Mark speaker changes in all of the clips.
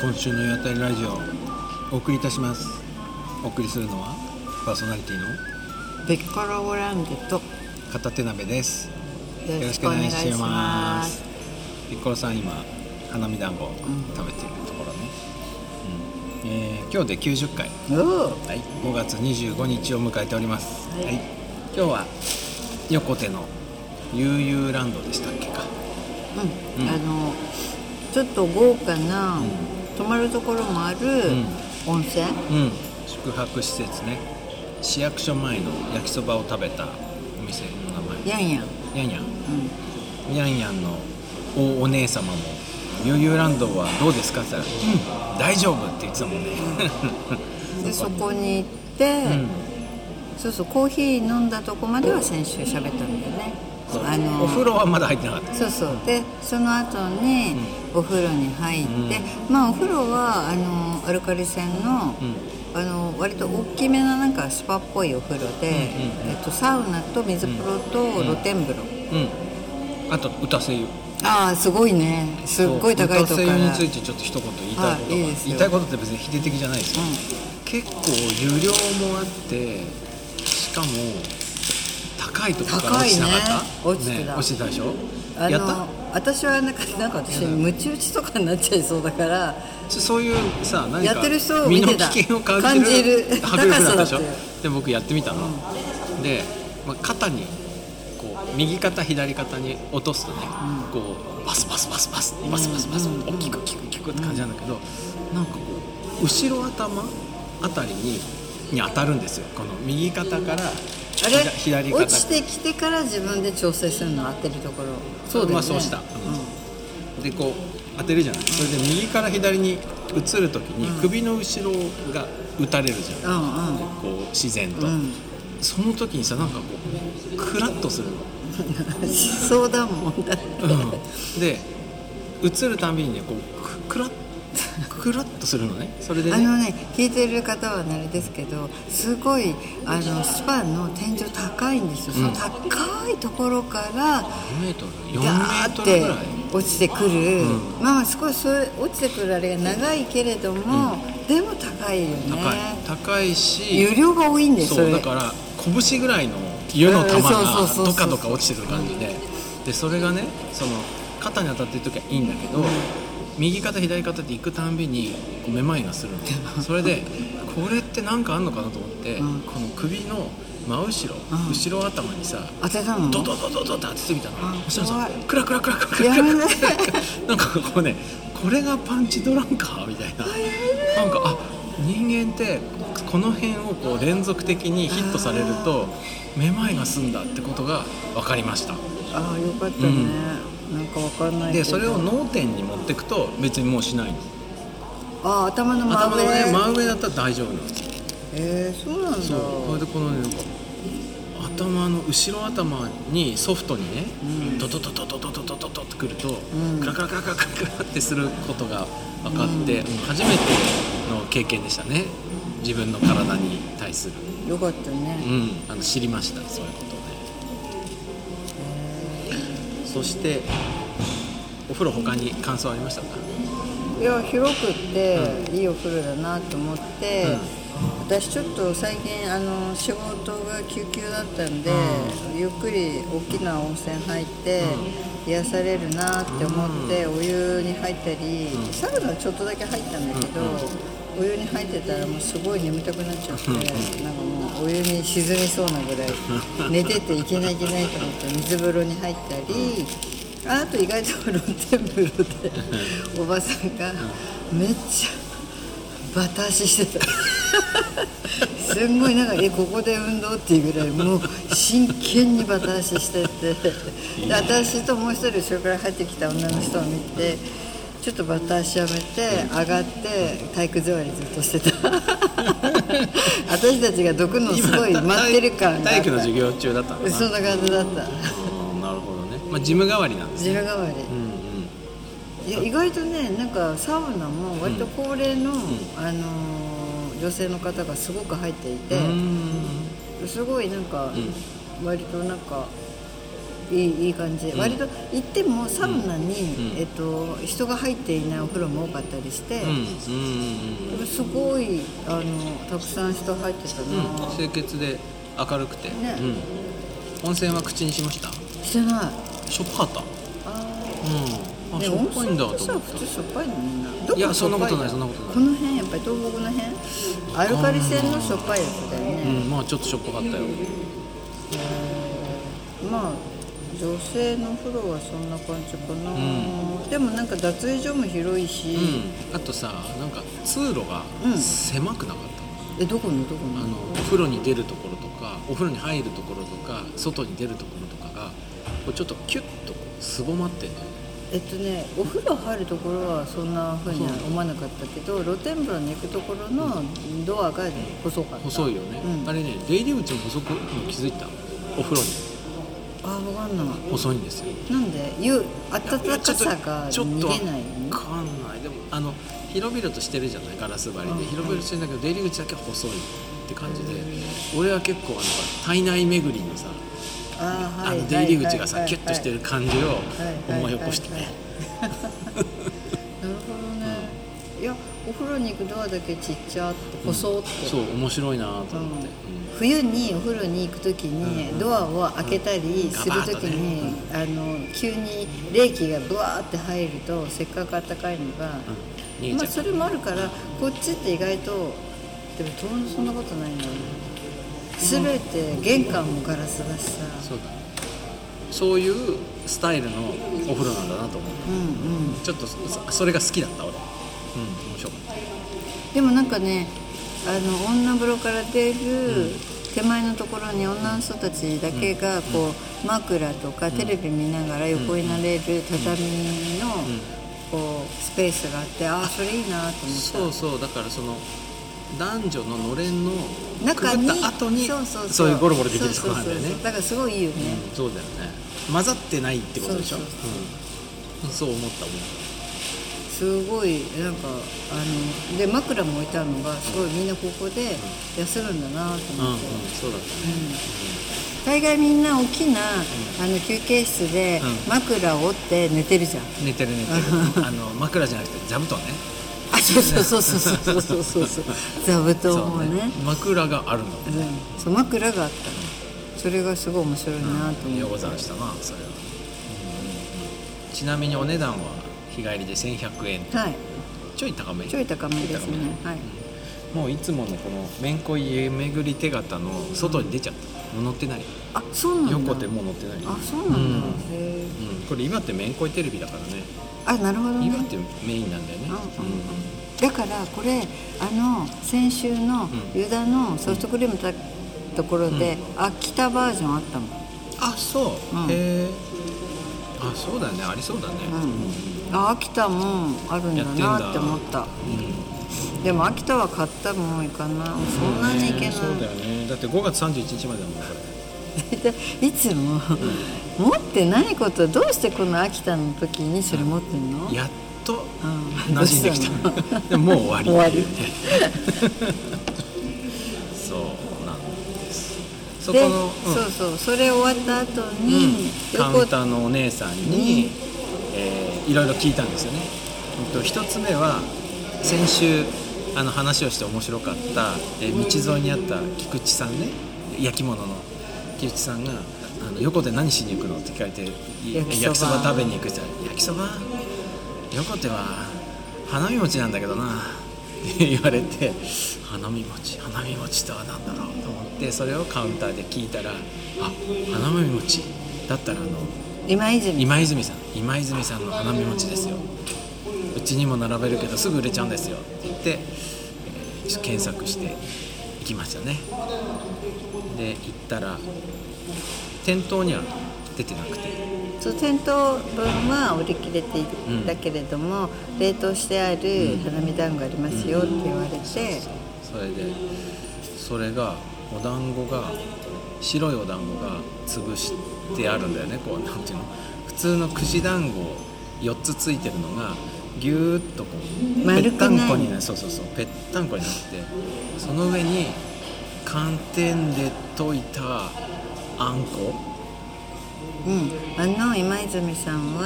Speaker 1: 今週の「夜たりラジオ」お送りいたしますお送りするのはパーソナリティの
Speaker 2: ベッコロオランゲとよ
Speaker 1: 片手鍋ですよ
Speaker 2: ろ
Speaker 1: ろし
Speaker 2: し
Speaker 1: く
Speaker 2: く
Speaker 1: お
Speaker 2: お
Speaker 1: 願
Speaker 2: 願
Speaker 1: い
Speaker 2: い
Speaker 1: し
Speaker 2: し
Speaker 1: ま
Speaker 2: ますす。
Speaker 1: ピッコロさん今花見団子食べているところね、うんえー今日で90回、
Speaker 2: おお
Speaker 1: はい、5月25日を迎えております、
Speaker 2: はい
Speaker 1: 今日は横手の悠々ランドでしたっけか、
Speaker 2: うん、
Speaker 1: うん
Speaker 2: あのちょっと豪華な、
Speaker 1: ん
Speaker 2: 泊まるところもある
Speaker 1: ん
Speaker 2: 温泉、
Speaker 1: うん、宿泊施設ね市役所前の焼きそばを食べたお店の名前
Speaker 2: やんやん、
Speaker 1: ヤンヤン
Speaker 2: うん、
Speaker 1: ヤンヤンのおお姉様も「悠々ランドはどうですか?」って言ったら「うん大丈夫」って言ってたもんね、
Speaker 2: でそこに行って、
Speaker 1: うん
Speaker 2: そうそうコーヒー飲んだとこまでは先週喋ったんだよね
Speaker 1: そう
Speaker 2: あの
Speaker 1: お風呂はまだ入ってなかった
Speaker 2: そうそうでその後にお風呂に入って、まあお風呂はあのアルカリ線の,、あの割と大きめななんかスパっぽいお風呂で、
Speaker 1: うんうんうん
Speaker 2: えっと、サウナと水風呂と露天風呂、
Speaker 1: うんあと歌声優
Speaker 2: ああすごいねすっごい高いとこ
Speaker 1: 歌
Speaker 2: から
Speaker 1: 声優についてちょっと一言言いたいことが
Speaker 2: あいいですよ
Speaker 1: 言いたいことって別に否定的じゃないですよ、結構湯量もあってしかも高いところから落ちなかった、
Speaker 2: 高いね落ちてた
Speaker 1: 落ちてたでしょ
Speaker 2: う
Speaker 1: や
Speaker 2: ん、あ
Speaker 1: っ
Speaker 2: の
Speaker 1: た
Speaker 2: 私はなんかなんか私ムチ打ちとかになっちゃいそうだから
Speaker 1: そそういうさ何か
Speaker 2: やってる人を
Speaker 1: 身
Speaker 2: 見
Speaker 1: の
Speaker 2: て
Speaker 1: 危
Speaker 2: た
Speaker 1: 険を感じる
Speaker 2: 感じる
Speaker 1: 迫力だったでしょ
Speaker 2: 高さだっ
Speaker 1: で僕やってみたの、で、まあ、肩にこう右肩左肩に落とすとね、こうバスバスバスバスバスバスバス、大きく大きく大きくって感じなんだけど、なんかこう後ろ頭あたりにに当たるんですよこの右肩から
Speaker 2: あ
Speaker 1: 左
Speaker 2: れ
Speaker 1: 左
Speaker 2: 落
Speaker 1: 肩
Speaker 2: ちてきてから自分で調整するの合ってるところそうだよね、
Speaker 1: まあそうした、うんでこう当てるじゃないそれで右から左に移る時に首の後ろが打たれるじゃん、
Speaker 2: うんうん
Speaker 1: こう自然と、
Speaker 2: うん
Speaker 1: その時にさなんかこうクラッとするの、
Speaker 2: しそうだもんだって、
Speaker 1: うん、で映るたびにねこうくクラックラッとするのねそれで
Speaker 2: あ
Speaker 1: ね
Speaker 2: のね聞いてる方はあれですけどすごいあのスパの天井高いんですよ、その高いところから
Speaker 1: 4メートル4
Speaker 2: ガ
Speaker 1: メ
Speaker 2: ー
Speaker 1: ー
Speaker 2: っ
Speaker 1: トル
Speaker 2: て
Speaker 1: ぐらい
Speaker 2: 落ちてくる、
Speaker 1: ん
Speaker 2: まあまあ少しそういう落ちてくるあれが長いけれども、でも高いよね
Speaker 1: 高い、高いし
Speaker 2: 湯量が多いんです
Speaker 1: そう
Speaker 2: れ
Speaker 1: だから拳ぐらいの湯の玉
Speaker 2: うんそう
Speaker 1: が
Speaker 2: そうそうそう
Speaker 1: ドカドカ落ちてくる感じででそれがねその肩に当たってる時はいいんだけど、右肩左肩って行くたんびにこうめまいがするのそれでこれって何かあんのかなと思って、
Speaker 2: うん
Speaker 1: この首の真後ろ、
Speaker 2: うん
Speaker 1: 後ろ頭にさ
Speaker 2: 当てたの
Speaker 1: ドドドドドって当ててみたの
Speaker 2: あ
Speaker 1: そしたら
Speaker 2: 怖
Speaker 1: さ
Speaker 2: い
Speaker 1: クラクラクラクラクラ
Speaker 2: やめない
Speaker 1: クラクラなんかこうねこれがパンチドランカーみたいななんかあ人間ってこの辺をこう連続的にヒットされるとめまいが済んだってことが分かりました
Speaker 2: ああよかったね、なんかわかんないけ
Speaker 1: で
Speaker 2: ど
Speaker 1: それを脳天に持ってくと別にもうしないの
Speaker 2: あー頭の真
Speaker 1: 頭の
Speaker 2: 上
Speaker 1: ね真上だったら大丈夫なの
Speaker 2: えー、そうなんだ
Speaker 1: そうそれでこのねなんか頭の後ろ頭にソフトにね、ドドドドドドドドドドってくると、
Speaker 2: ん
Speaker 1: クラクラクラクラクラクラってすることが分かって、うん初めての経験でしたね自分の体に対する、
Speaker 2: よかったね、
Speaker 1: うん、あの知りましたそういうことで、そしてお風呂他に感想ありましたか
Speaker 2: いや広くっていいお風呂だなと思って、私ちょっと最近あの仕事が休休だったんで、ゆっくり大きな温泉入って、癒されるなって思って、お湯に入ったり、サウナちょっとだけ入ったんだけど、お湯に入ってたらもうすごい眠たくなっちゃって、なんかもうお湯に沈みそうなぐらい寝てていけないいけないと思って水風呂に入ったり。あと意外と露天風呂でおばさんがめっちゃバタ足してたすんごいなんか「えここで運動?」っていうぐらいもう真剣にバタ足しててで私ともう一人後ろから入ってきた女の人を見てちょっとバタ足やめて上がって体育座りずっとしてた 私たちがどくのすごい待ってる感があ
Speaker 1: 体
Speaker 2: っ
Speaker 1: 育の
Speaker 2: た
Speaker 1: 授業中だったのかな
Speaker 2: そんな感じだった
Speaker 1: うんなるほどね、まあ、ジム代わりなんです
Speaker 2: 自分代わり
Speaker 1: うんうん
Speaker 2: いや意外とねなんかサウナも割と高齢の、あのー女性の方がすごく入っていて、
Speaker 1: うーん
Speaker 2: すごいなんか、割となんかいいいい感じ、
Speaker 1: うん
Speaker 2: 割と行ってもサウナに、
Speaker 1: うん
Speaker 2: えっと、人が入っていないお風呂も多かったりして、
Speaker 1: うんうん
Speaker 2: すごいあのたくさん人入ってた
Speaker 1: うんうん
Speaker 2: な、
Speaker 1: 清潔で明るくて、
Speaker 2: ね
Speaker 1: うん、温泉は口にしました
Speaker 2: してない
Speaker 1: しょっぱかった
Speaker 2: あ
Speaker 1: うん
Speaker 2: ー
Speaker 1: あ
Speaker 2: ね
Speaker 1: しょっぱいんだ
Speaker 2: 温
Speaker 1: と思って
Speaker 2: 泉っ
Speaker 1: た
Speaker 2: さ普通しょっぱいのみんなどこ
Speaker 1: いやそんなことない
Speaker 2: し
Speaker 1: そ
Speaker 2: ょ
Speaker 1: ん
Speaker 2: っ
Speaker 1: なことない
Speaker 2: ぱの辺やっぱり東北の辺アルカリ性のしょっぱいやつだ
Speaker 1: う
Speaker 2: よね、
Speaker 1: ん、まあちょっとしょっぱかったよ。
Speaker 2: まあ女性の風呂はそんな感じかな、
Speaker 1: う
Speaker 2: でもなんか脱衣所も広いし、
Speaker 1: うん、あとさ、なんか通路が
Speaker 2: うん
Speaker 1: 狭くなかっ
Speaker 2: えどこのどこ
Speaker 1: た。
Speaker 2: の
Speaker 1: あのお風呂に出るところとか、お風呂に入るところとか、外に出るところとかが、こうちょっとキュッとこうすぼまってんだよね。
Speaker 2: えっとねお風呂入るところはそんなふうには思わなかったけど露天風呂に行くところのドアが細かった
Speaker 1: 細いよね。
Speaker 2: うん
Speaker 1: あれね、出入り口も細くの気づいた。お風呂に
Speaker 2: あ分かんない
Speaker 1: 細いんですよ。
Speaker 2: なんでゆ暖かさが
Speaker 1: ちょっ
Speaker 2: 逃
Speaker 1: と
Speaker 2: げないよね
Speaker 1: わかんない。でもあの広々としてるじゃないガラス張り
Speaker 2: うん
Speaker 1: で広々としてるんだけど出入り口だけ細いって感じで、俺は結構なんか体内巡りのさ。
Speaker 2: あー
Speaker 1: あ
Speaker 2: はい
Speaker 1: の出入り口が
Speaker 2: は
Speaker 1: さ
Speaker 2: い
Speaker 1: キュッとしてる感じを思い起こして ね
Speaker 2: はいはいはいなるほどね、いやお風呂に行くドアだけちっちゃって細って、
Speaker 1: そう面白いなと思って、
Speaker 2: 冬にお風呂に行く時にドアを開けたりする時に、あの急に冷気がブワーって入るとせっかく暖かいのが、
Speaker 1: うんうん、逃
Speaker 2: まあ
Speaker 1: げち
Speaker 2: そ
Speaker 1: ゃう、
Speaker 2: れもあるからこっちって意外とでも遠野そんなことないんだよね全て玄関もガラスだしさ
Speaker 1: そうだねそういうスタイルのお風呂なんだなと思っ
Speaker 2: うんうん
Speaker 1: てちょっとそそれが好きだった俺うん面白かっ
Speaker 2: でもなんかねあの女風呂から出る手前のところに女の人たちだけがこう枕とかテレビ見ながら横になれる畳のこうスペースがあってああそれいいなと
Speaker 1: たそ
Speaker 2: 思っ
Speaker 1: うそうだからその男女ののれんの
Speaker 2: た中に
Speaker 1: くぐった後に
Speaker 2: そうそうそう
Speaker 1: そういうゴロゴロできるとこなんだよね
Speaker 2: そうそうそうだからすごいいいよね、
Speaker 1: うんそうだよね混ざってないってことでしょ
Speaker 2: そうそう
Speaker 1: うん、そう思った思っ
Speaker 2: すごいなんかあので枕も置いてあるのがすごいみんなここで休むんだなと
Speaker 1: たうん、う
Speaker 2: 思っ
Speaker 1: ん
Speaker 2: て。、
Speaker 1: そうだった
Speaker 2: 大概みんな大きな、あの休憩室で
Speaker 1: うん
Speaker 2: 枕を折って寝てるじゃん、
Speaker 1: 寝てる寝て るあの枕じゃなくて座布団ね
Speaker 2: あそうそうそうそうそうそうそう座布団もね
Speaker 1: 枕があるの
Speaker 2: う
Speaker 1: で、
Speaker 2: ん、そう枕があったのそれがすごい面白いなと
Speaker 1: よう
Speaker 2: 思
Speaker 1: ご
Speaker 2: って、
Speaker 1: ざんしたなそれは、ちなみにお値段は日帰りで1100円
Speaker 2: はい
Speaker 1: ちょい高め
Speaker 2: ちょい高めですねはい
Speaker 1: もういつものこのめんこ家巡り手形の外に出ちゃった、もう乗ってない
Speaker 2: あそうなんだ
Speaker 1: 横手もう乗ってない
Speaker 2: あそうなんだ、
Speaker 1: うん
Speaker 2: へえ
Speaker 1: うんこれ岩手めんこいテレビだからね
Speaker 2: あなるほどね
Speaker 1: 岩手メインなんだよね、
Speaker 2: うんうんだからこれあの先週の
Speaker 1: うん
Speaker 2: ユダのソフトクリームたところで、あ来たバージョンあったもん
Speaker 1: あそう、
Speaker 2: うん
Speaker 1: へえあそうだねありそうだね、
Speaker 2: うん、あ秋田もあるんだなって思った
Speaker 1: うん
Speaker 2: でも秋田は買ったもんいかないそんなにいけない、
Speaker 1: そうだよねだって5月31日までだもんこれ
Speaker 2: 大体いつも持ってないことどうしてこの秋田の時にそれ持ってんの、
Speaker 1: やっと
Speaker 2: うん
Speaker 1: 馴染んでき
Speaker 2: どうした
Speaker 1: たでももう終わり
Speaker 2: 終わ
Speaker 1: そうなんですそこ
Speaker 2: で、
Speaker 1: の、うん
Speaker 2: そうそうそれ終わった後に、
Speaker 1: うんカ
Speaker 2: 横
Speaker 1: ウンターのお姉さんに、えーいろいろ聞いたんですよね、うんと、一つ目は先週あの話をして面白かった、えー道沿いにあった菊池さんね焼き物の菊池さんが「あの横手何しに行くの?」って聞かれてい
Speaker 2: 焼きそば
Speaker 1: 焼きそば食べに行くじゃん焼きそば横手は花見餅なんだけどな」 って言われて「花見餅花見餅とは何だろう?」と思ってそれをカウンターで聞いたら「あ花見餅だったらあの
Speaker 2: 今泉
Speaker 1: 今泉さん今泉さんの花見餅ですようちにも並べるけどすぐ売れちゃうんですよ」って言って、えーちょっと検索して行きましたねで行ったら店頭には出てなくて
Speaker 2: そう店頭分は売り切れていたけれども、冷凍してある花見団子ありますよって言われて、
Speaker 1: それでそれがお団子が白いお団子が潰してあるんだよねこうなんていうの普通の串団子4つついてるのがぎゅーっとこう
Speaker 2: 丸くない
Speaker 1: ぺったんこになそうそうそうぺったんこになってその上に寒天で溶いたあんこ
Speaker 2: うん、あの今泉さんは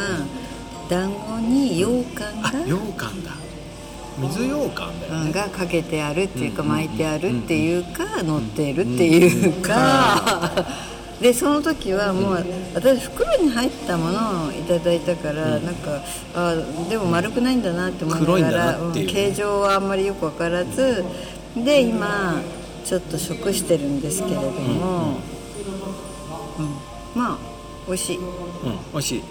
Speaker 2: 団子に羊羹
Speaker 1: あ
Speaker 2: が、
Speaker 1: 羊羹だ水羊羹だよ
Speaker 2: うん
Speaker 1: ね、
Speaker 2: がかけてあるっていうか
Speaker 1: うんうんうん
Speaker 2: 巻いてあるっていうか乗ってるっていうか でその時はもう私袋に入ったものをいただいたからなんかあでも丸くないんだなって思
Speaker 1: 黒
Speaker 2: い
Speaker 1: いん
Speaker 2: な
Speaker 1: だ
Speaker 2: がら
Speaker 1: なっていう
Speaker 2: うん形状はあんまりよく分からずで今ちょっと食してるんですけれども、うんまあ美味しい。
Speaker 1: うん、美味しい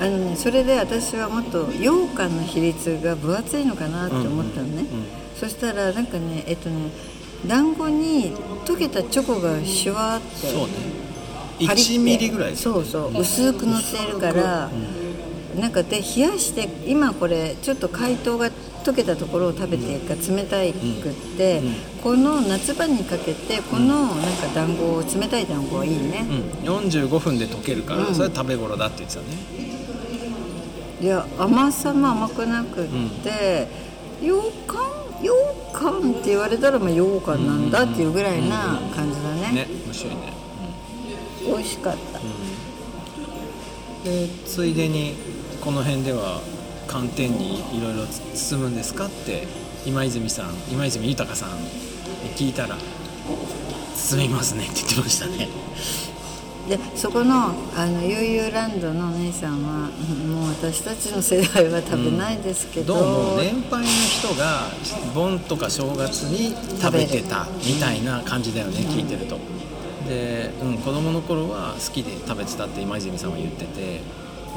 Speaker 2: あのね、それで私はもっと羊羹の比率が分厚いのかなって思ったのね、
Speaker 1: うんうん
Speaker 2: そしたらなんかねえっとね団子に溶けたチョコがシュワーって
Speaker 1: そうね
Speaker 2: パリって
Speaker 1: 1ミリぐらいです
Speaker 2: そうそう薄くのっているから、なんかで冷やして今これちょっと解凍が溶けたところを食べてるから冷たいくって、
Speaker 1: うんうん
Speaker 2: この夏場にかけてこのなんか団子を冷たい団子はいいね、
Speaker 1: うん、45分で溶けるから、
Speaker 2: うん
Speaker 1: それは食べ頃だって言ってたね
Speaker 2: いや甘さも甘くなくって、羊羹羊羹って言われたらまあ羊羹なんだっていうぐらいな感じだね,、
Speaker 1: ね面白いね、
Speaker 2: 美味しかった、
Speaker 1: うん、でついでにこの辺では寒天にいろいろ包むんですかって今泉さん今泉豊さんに聞いたら「包みますね」って言ってましたね
Speaker 2: でそこのあの悠々ランドのお姉さんはうんもう私たちの世代は食べないですけど、
Speaker 1: どうも年配の人が盆とか正月に食べてたみたいな感じだよね、聞いてるとで、うん、子供の頃は好きで食べてたって今泉さんは言ってて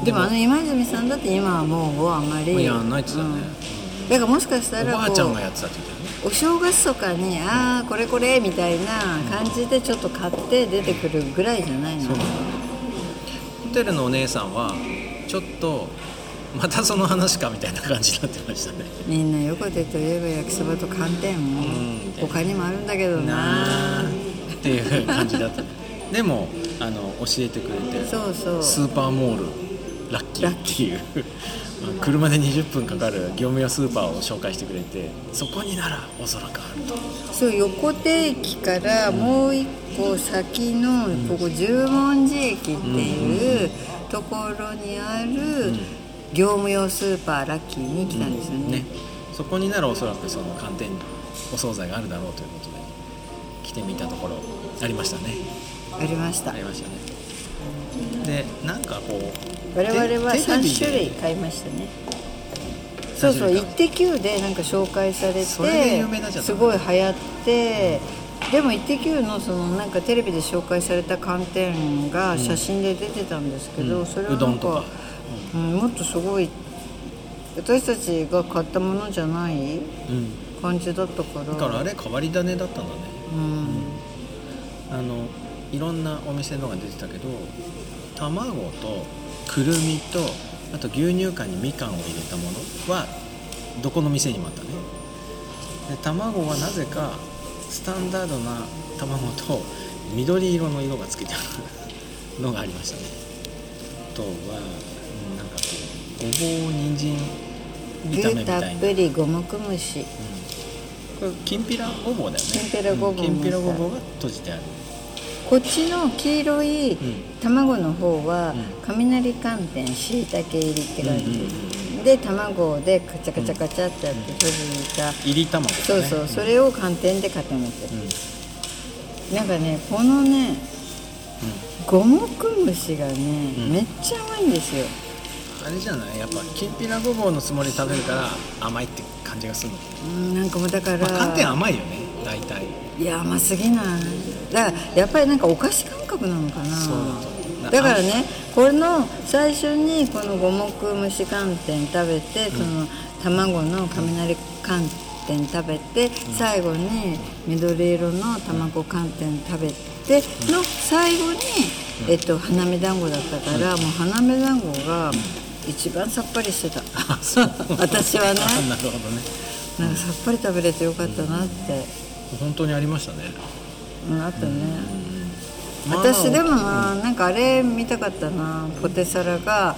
Speaker 2: でもあの今泉さんだって今はもうあんまり
Speaker 1: もうやんないって言ってたね
Speaker 2: うんだからもしかした
Speaker 1: お
Speaker 2: ら
Speaker 1: ばあ
Speaker 2: こ
Speaker 1: ちゃん
Speaker 2: う
Speaker 1: がやってたって言ってたよね
Speaker 2: お正月とかにああこれこれみたいな感じでちょっと買って出てくるぐらいじゃないの、
Speaker 1: ホテルのお姉さんはちょっとまたその話かみたいな感じになってま したね
Speaker 2: みんな横手といえば焼きそばと寒天も
Speaker 1: ん
Speaker 2: 他にもあるんだけどな
Speaker 1: なあっていう感じだったねでもあの教えてくれて
Speaker 2: そうそう
Speaker 1: スーパーモールラッキーっていう まあ車で20分かかる業務用スーパーを紹介してくれてそこにならおそらくあると
Speaker 2: そう横手駅からもう一個先のここ十文字駅っていうところにある業務用スーパーラッキーに来たんですよね
Speaker 1: ねそこにならおそらくその寒天お惣菜があるだろうということで来てみたところありましたね
Speaker 2: ありました
Speaker 1: ありましたねでなんかこう
Speaker 2: 我々は
Speaker 1: テテレビ
Speaker 2: 3
Speaker 1: で
Speaker 2: 種類買いましたね
Speaker 1: 三
Speaker 2: そうそ
Speaker 1: 種
Speaker 2: う「イ
Speaker 1: 類
Speaker 2: ッ
Speaker 1: か
Speaker 2: テ Q!」でなんか紹介されて
Speaker 1: それで有名になっちゃった
Speaker 2: すごい流行ってでも「イッテ Q!」のそのなんかテレビで紹介された寒天が写真で出てたんですけど、
Speaker 1: うん
Speaker 2: それは
Speaker 1: うど
Speaker 2: なん
Speaker 1: んと
Speaker 2: か
Speaker 1: か
Speaker 2: うん、もっとすごい私たちが買ったものじゃない
Speaker 1: うん
Speaker 2: 感じだったから
Speaker 1: だからあれ変わり種だったんだね
Speaker 2: うん、
Speaker 1: あのいろんなお店のが出てたけど卵とくるみとあと牛乳缶にみかんを入れたものはどこの店にもあったねで卵はなぜかスタンダードな卵と緑色の色がつけてあるのがありましたねあとはうんなんかこうごぼう人参
Speaker 2: 牛
Speaker 1: 炒めみ
Speaker 2: たった
Speaker 1: いな
Speaker 2: ぷり五目虫
Speaker 1: これきんぴらごぼうだよね
Speaker 2: きんぴらごぼう
Speaker 1: うんきんぴらごぼうが閉じてある
Speaker 2: こっちの黄色い卵の方は
Speaker 1: うん
Speaker 2: 雷寒天しいたけ入りって感
Speaker 1: うんうん
Speaker 2: じで卵でカチャカチャカチャってやって閉じた
Speaker 1: いり卵だね
Speaker 2: そうそうそれを寒天で固めて
Speaker 1: うんうん
Speaker 2: るなんかねこのね五目虫がね
Speaker 1: うん
Speaker 2: めっちゃ甘いんですよ
Speaker 1: あれじゃないやっぱきんぴらごぼうのつもりで食べるから甘いって感じがするの、
Speaker 2: うんなんかもうだから
Speaker 1: まあ、寒天甘いよね大体
Speaker 2: いや甘すぎないだからやっぱりなんかお菓子感覚なのかな
Speaker 1: そうだと思う
Speaker 2: だからねこれの最初にこの五目蒸し寒天食べて、その卵の雷寒天食べて、最後に緑色の卵寒天食べての最後に、えっと花見団子だったから、もう花見団子が一番さっぱりしてた 私はね
Speaker 1: あなるほどね
Speaker 2: なんかさっぱり食べれてよかったなって、
Speaker 1: 本当にありましたね
Speaker 2: うん、あったね、
Speaker 1: まあ
Speaker 2: 私でもな,、なんかあれ見たかったなポテサラが、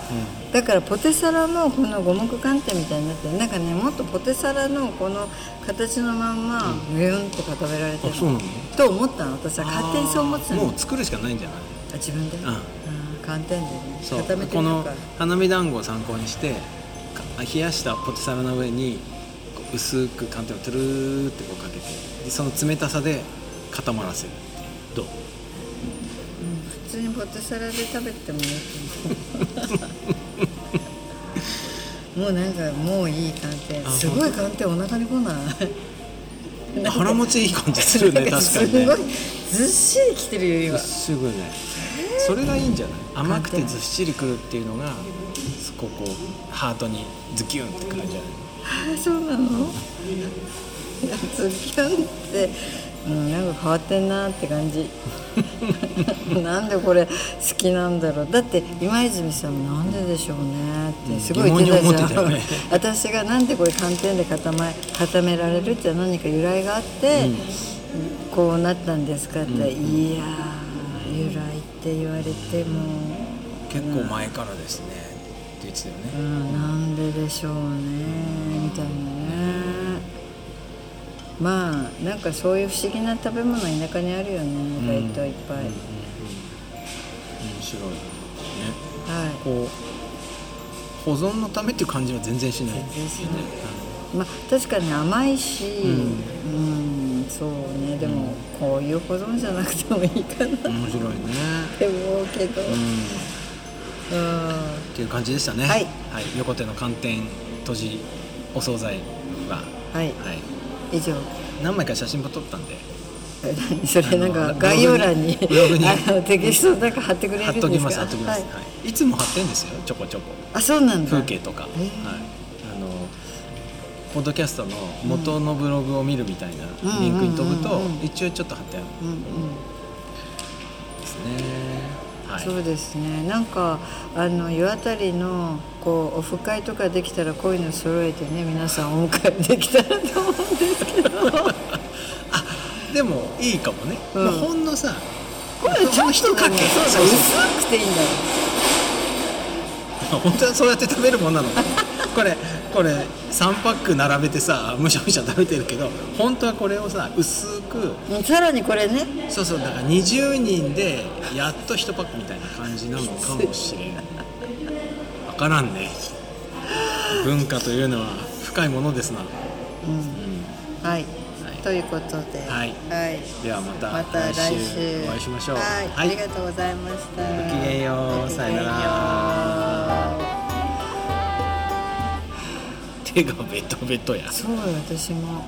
Speaker 2: だからポテサラもこの五目寒天みたいになってるなんかねもっとポテサラのこの形のまんまビュンって固められて
Speaker 1: あそうなの
Speaker 2: と思ったの私は勝手にそう思ってた
Speaker 1: あー
Speaker 2: の
Speaker 1: もう作るしかないんじゃない
Speaker 2: あ自分で、
Speaker 1: ん
Speaker 2: うん寒天でね
Speaker 1: そう
Speaker 2: 固めて
Speaker 1: こ
Speaker 2: みよう
Speaker 1: の
Speaker 2: か
Speaker 1: 花見団子を参考にしてか冷やしたポテサラの上にこう薄く寒天をトゥルーってこうかけてでその冷たさで固まらせるっていうどう
Speaker 2: 普通にポテサラで食べてもいい と思うもうなんかもういい寒天
Speaker 1: あ
Speaker 2: すごい寒天お腹に来ない
Speaker 1: 腹持ちいい感じするね
Speaker 2: なん
Speaker 1: 確かにね
Speaker 2: すごいずっしりきてるよ今
Speaker 1: すぐねそれがいいんじゃない甘くてずっしりくるっていうのがそここうハートにズキュンってくるんじゃない
Speaker 2: あそうなのズキュンって、うん、なんか変わってんなって感じ なんでこれ好きなんだろうだって今泉さんもなんででしょうねってすごい言ってたじゃん、
Speaker 1: うん疑問に思ってたよ
Speaker 2: 私がなんでこれ寒天で固め固められるって何か由来があって、こうなったんですかって、いやー由来って言われても。
Speaker 1: 結構前からですねって言ってたよね
Speaker 2: うん、なんででしょうねみたいなねまあなんかそういう不思議な食べ物田舎にあるよね意外といっぱい、はい
Speaker 1: 面白いねこう保存のためっていう感じは全然しない
Speaker 2: 全然しないまあ確かに甘いしうん、そうねでもこういう保存じゃなくてもいいかなっ
Speaker 1: うん面白いね
Speaker 2: て思うけど
Speaker 1: うん
Speaker 2: うん
Speaker 1: っていう感じでしたね
Speaker 2: はい、
Speaker 1: 横手の寒天とじお惣菜は、は
Speaker 2: はい
Speaker 1: い、
Speaker 2: 以上
Speaker 1: 何枚か写真も撮ったんで
Speaker 2: え何それなん
Speaker 1: あ
Speaker 2: か
Speaker 1: の
Speaker 2: 概要欄に
Speaker 1: ブログに
Speaker 2: あのテキストなんか貼ってくれる
Speaker 1: 貼
Speaker 2: ん
Speaker 1: っ
Speaker 2: ですか
Speaker 1: ときます貼っときます、
Speaker 2: は
Speaker 1: は
Speaker 2: い
Speaker 1: いい、つも貼ってんですよちょこちょこ
Speaker 2: あそうなんだ
Speaker 1: 風景とか、はい
Speaker 2: えー、
Speaker 1: あのポッドキャストの元のブログを見るみたいなリンクに飛ぶ
Speaker 2: うん
Speaker 1: と
Speaker 2: うんうんうん
Speaker 1: 一応ちょっと貼ってある
Speaker 2: うんうん
Speaker 1: んですね、はい、
Speaker 2: そうですねなんかあの湯あたりのこうオフ会とかできたらこういうの揃えてね皆さんお迎えできたらと思うんですけど
Speaker 1: あでもいいかもね、
Speaker 2: うん
Speaker 1: まあ、ほんのさ
Speaker 2: これ
Speaker 1: ほんの一かけ
Speaker 2: そうそう薄くていいんだよ
Speaker 1: あ本当はそうやって食べるもんなのこれこれ3パック並べてさむしゃむしゃ食べてるけど本当はこれをさ薄く
Speaker 2: うんさらにこれね
Speaker 1: そうそうだから20人でやっと1パックみたいな感じなのかもしれん分からんね文化というのは深いものですな、
Speaker 2: は
Speaker 1: は
Speaker 2: い、
Speaker 1: い
Speaker 2: ということでは
Speaker 1: はい
Speaker 2: はい、
Speaker 1: ではまた
Speaker 2: また
Speaker 1: 来
Speaker 2: 来
Speaker 1: 週お
Speaker 2: 週
Speaker 1: 会いしましょう
Speaker 2: はい、
Speaker 1: は
Speaker 2: あ
Speaker 1: い
Speaker 2: りがとうございました
Speaker 1: ごきげんよう
Speaker 2: ごきげん
Speaker 1: さよなら 手がベトベトや
Speaker 2: そうよ私も